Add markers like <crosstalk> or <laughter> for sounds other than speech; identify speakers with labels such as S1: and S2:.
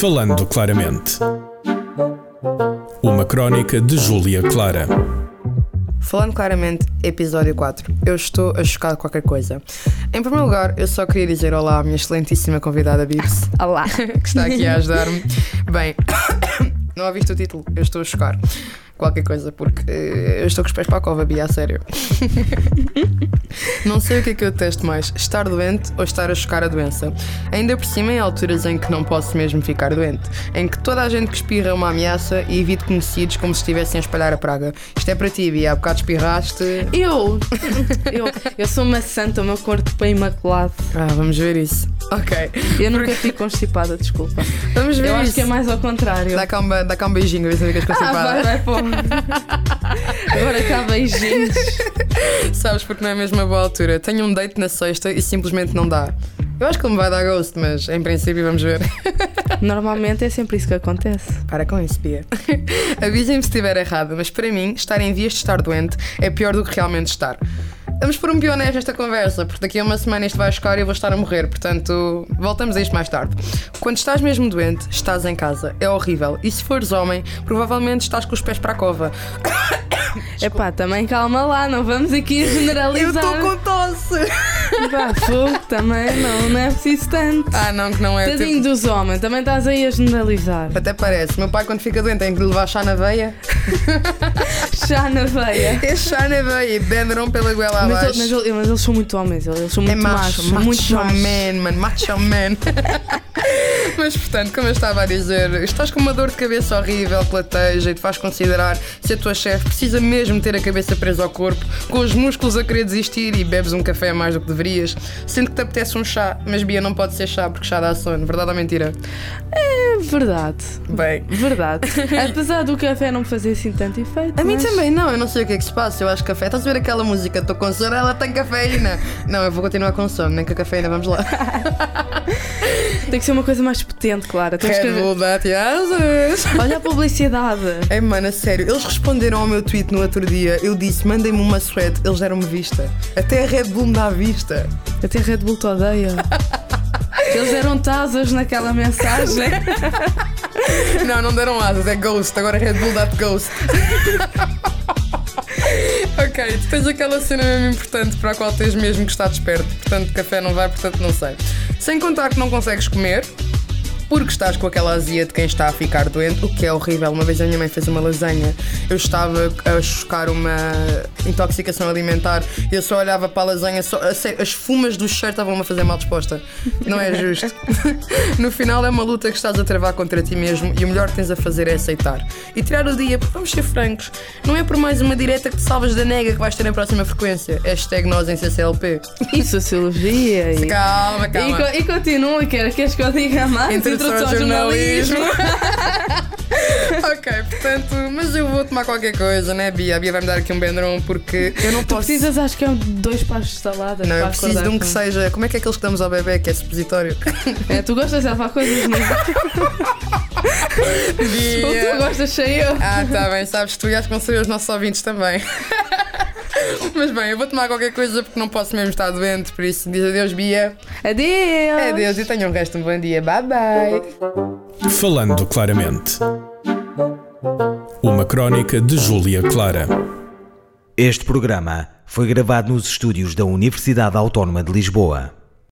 S1: Falando Claramente. Uma crónica de Júlia Clara.
S2: Falando claramente, episódio 4. Eu estou a chocar qualquer coisa. Em primeiro lugar, eu só queria dizer olá à minha excelentíssima convidada Bibs,
S3: Olá.
S2: que está aqui a ajudar-me. Bem, <coughs> não ouviste o título? Eu estou a chocar qualquer coisa, porque eh, eu estou com os pés para a cova, Bia, a <laughs> sério. Não sei o que é que eu testo mais, estar doente ou estar a chocar a doença. Ainda por cima, em alturas em que não posso mesmo ficar doente, em que toda a gente que espirra é uma ameaça e evito conhecidos como se estivessem a espalhar a praga. Isto é para ti, Bia, há bocado espirraste.
S3: <laughs> Eu, eu, eu sou uma santa, o meu corpo é imaculado.
S2: Ah, vamos ver isso. Ok,
S3: Eu nunca fico constipada, desculpa.
S2: vamos ver
S3: Eu
S2: isso.
S3: acho que é mais ao contrário.
S2: Dá cá um, ba- dá cá um beijinho, a ver se não ficas
S3: Ah, vai,
S2: constipada.
S3: vai, pô. Agora cá beijinhos.
S2: Sabes porque não é mesmo a boa altura. Tenho um date na sexta e simplesmente não dá. Eu acho que ele me vai dar gosto, mas em princípio vamos ver.
S3: Normalmente é sempre isso que acontece.
S2: <laughs> Para com isso, Bia. <laughs> Avisem-me se estiver errado, mas para mim, estar em vias de estar doente é pior do que realmente estar. Vamos por um pioneiro nesta conversa, porque daqui a uma semana isto vai chocar e eu vou estar a morrer, portanto, voltamos a isto mais tarde. Quando estás mesmo doente, estás em casa, é horrível. E se fores homem, provavelmente estás com os pés para a cova.
S3: Epá, também calma lá, não vamos aqui
S2: Eu
S3: generalizar.
S2: estou com tosse!
S3: Pá, fogo, também não, não é preciso tanto.
S2: Ah, não, que não é. tipo-
S3: Tadinho dos homens, também estás aí
S2: <laughs>
S3: a generalizar.
S2: Até parece. Meu pai, quando fica doente, tem que lhe levar chá na veia.
S3: Já na veia.
S2: É chá na veia e benderam pela goela
S3: Mas,
S2: abaixo.
S3: ele- mas ele- mas eles são muito homens, eles são
S2: É
S3: muito
S2: macho,
S3: machos,
S2: macho,
S3: muito machos.
S2: man, mano, macho man. <laughs> Mas portanto, como eu estava a dizer, estás com uma dor de cabeça horrível, plateja e te faz considerar se a tua chefe precisa mesmo ter a cabeça presa ao corpo, com os músculos a querer desistir e bebes um café a mais do que deverias, sendo que te apetece um chá, mas Bia não pode ser chá porque chá dá sono, verdade ou mentira?
S3: É verdade,
S2: Bem.
S3: verdade. <laughs> Apesar do café não fazer assim tanto efeito.
S2: A mim
S3: mas-
S2: também não, eu não sei o que é que se passa, eu acho café. Estás a ver aquela música, estou com sono, ela tem <laughs> cafeína. Não, eu vou continuar com sono, nem com a cafeína, vamos lá. <laughs>
S3: Tem que ser uma coisa mais potente, Clara. Temos que
S2: Red Bull dá-te asas.
S3: Olha a publicidade.
S2: É, mano, a sério, eles responderam ao meu tweet no outro dia. Eu disse: mandem-me uma sweat, eles deram-me vista. Até a Red Bull me dá vista.
S3: Até Red Bull te odeia. Eles eram tazas
S2: <laughs>
S3: naquela mensagem.
S2: <laughs> Não, não deram asas, é ghost. Agora Red Bull dá-te ghost. <laughs> ok, tu tens aquela cena mesmo importante para a qual tens mesmo que estar desperto. Portanto, café não vai, portanto, não sei. Sem contar que não consegues comer. Porque estás com aquela azia de quem está a ficar doente, o que é horrível. Uma vez a minha mãe fez uma lasanha, eu estava a chocar uma intoxicação alimentar e eu só olhava para a lasanha, só- a sério, as fumas do cheiro estavam-me a fazer mal disposta. Não é justo. <laughs> no final é uma luta que estás a travar contra ti mesmo e o melhor que tens a fazer é aceitar. E tirar o dia, porque vamos ser francos, não é por mais uma direta que te salvas da nega que vais ter na próxima frequência. Hashtag nós em CCLP.
S3: E sociologia. E,
S2: Calma,
S3: e,
S2: calma.
S3: co- e continua, quer, queres que eu diga mais?
S2: <laughs> ok, portanto, mas eu vou tomar qualquer coisa, né, Bia? A Bia vai me dar aqui um Benron porque eu não
S3: Tu
S2: posso.
S3: precisas, acho que é um- dois pares de salada.
S2: Não,
S3: para
S2: eu preciso de
S3: acordar
S2: um que
S3: com-
S2: seja. Como é que é aqueles que damos ao bebê que é supositório?
S3: É, tu gostas de levar coisas, mas ou tu
S2: <laughs> Bia! <laughs>
S3: gostas, sei eu.
S2: Ah, tá bem, sabes tu e acho que vão saber os nossos ouvintes também. <laughs> Mas bem, eu vou tomar qualquer coisa porque não posso mesmo estar doente, por isso diz adeus, Bia.
S3: Adeus.
S2: Adeus e tenham o resto de um bom dia. Bye bye.
S1: Falando Claramente. Uma crónica de Júlia Clara.
S4: Este programa foi gravado nos estúdios da Universidade Autónoma de Lisboa.